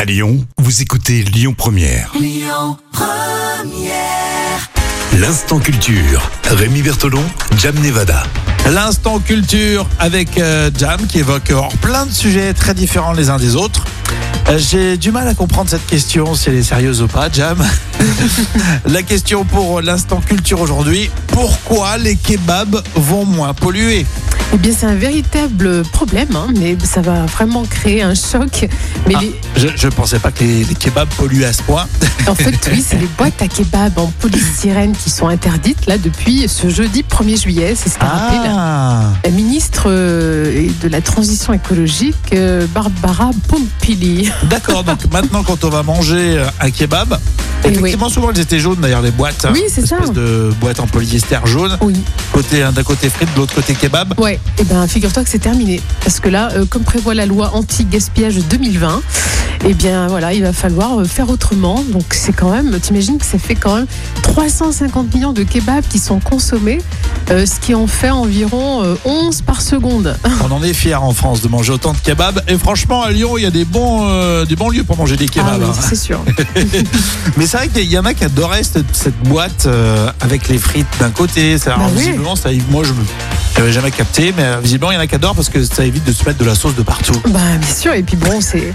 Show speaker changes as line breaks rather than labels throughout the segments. À Lyon, vous écoutez Lyon Première. Lyon Première. L'instant culture. Rémi Bertolon, Jam Nevada.
L'instant culture avec euh, Jam qui évoque euh, hors plein de sujets très différents les uns des autres. Euh, J'ai du mal à comprendre cette question, si elle est sérieuse ou pas, Jam. La question pour euh, l'instant culture aujourd'hui, pourquoi les kebabs vont moins polluer
Eh bien, c'est un véritable problème, hein, mais ça va vraiment créer un choc. Mais
Ah.
les-
Je ne pensais pas que les, les kebabs polluent à ce point.
en fait, oui, c'est les boîtes à kebab en polystyrène qui sont interdites là depuis ce jeudi 1er juillet. C'est ce
Ah.
qu'a rappelé la- la ministre euh, de la Transition écologique, euh, Barbara Pompili.
D'accord, donc maintenant quand on va manger euh, un kebab,
Eh
effectivement souvent elles étaient jaunes d'ailleurs les boîtes. hein,
Oui, c'est ça.
Espèce de boîte en polyester jaune,
Oui.
côté d'un côté frites, de l'autre côté kebab.
Ouais, et ben figure-toi que c'est terminé. Parce que là, euh, comme prévoit la loi anti-gaspillage 2020, eh bien voilà, il va falloir euh, faire autrement. Donc c'est quand même, t'imagines que ça fait quand même 350 millions de kebabs qui sont consommés, euh, ce qui en fait environ euh, 11 par seconde.
On en est fiers en France de manger autant de kebabs. Et franchement, à Lyon, il y a des bons, euh, des bons lieux pour manger des
Ah
kebabs.
oui,
hein.
c'est sûr.
Mais c'est vrai qu'il y en a qui adoraient cette, cette boîte euh, avec les frites d'un côté. Ça, alors,
Bah oui.
visiblement, ça, moi, je n'avais jamais capté, mais euh, visiblement, il y en a qui adorent parce que ça évite de se mettre de la sauce de partout.
Bah bien sûr, et puis bon, c'est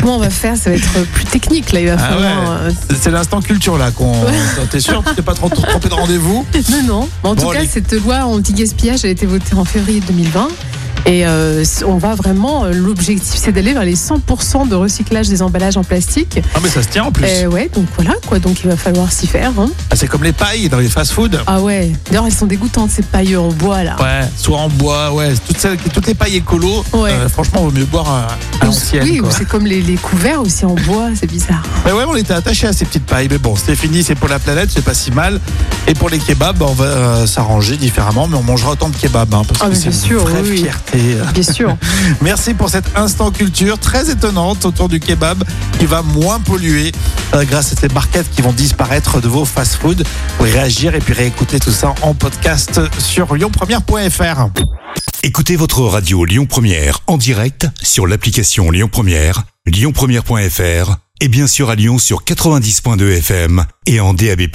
comment on va faire Ça va être plus technique là, il va
Ah
falloir. euh,
C'est- C'est l'instant culture là qu'on. T'es sûr que t'es pas trop trompé de rendez-vous
Non, non. En
Bon,
tout cas,
allez.
cette loi anti-gaspillage a été votée en février 2020. Et euh, on va vraiment, euh, l'objectif c'est d'aller vers les 100% de recyclage des emballages en plastique.
Ah mais ça se tient en plus.
Euh, ouais, donc voilà quoi, donc il va falloir s'y faire. hein.
Ah, c'est comme les pailles dans les fast-food.
Ah ouais, d'ailleurs elles sont dégoûtantes ces pailleux en bois là.
Ouais, soit en bois, ouais. Toutes, celles, toutes les pailles écolo,
Ouais.
euh, franchement, vaut mieux boire à, à
Ou-
l'ancienne.
oui,
quoi.
ou c'est comme les, les couverts aussi en bois, c'est bizarre. hein.
Mais ouais, on était attaché à ces petites pailles. Mais bon, c'était fini, c'est pour la planète, c'est pas si mal. Et pour les kebabs, on va euh, s'arranger différemment, mais on mangera autant de kebabs. hein, parce
Ah,
que
mais
c'est
bien
une
sûr,
vraie
oui, oui.
fierté.
Bien sûr.
Merci pour cet instant culture très étonnante autour du kebab qui va moins polluer euh, grâce à ces barquettes qui vont disparaître de vos fast-foods. Vous pouvez réagir et puis réécouter tout ça en podcast sur lyonpremière.fr.
Écoutez votre radio Lyon Première en direct sur l'application Lyon Première, lyonpremière.fr et bien sûr à Lyon sur 90.2 FM et en DAB+.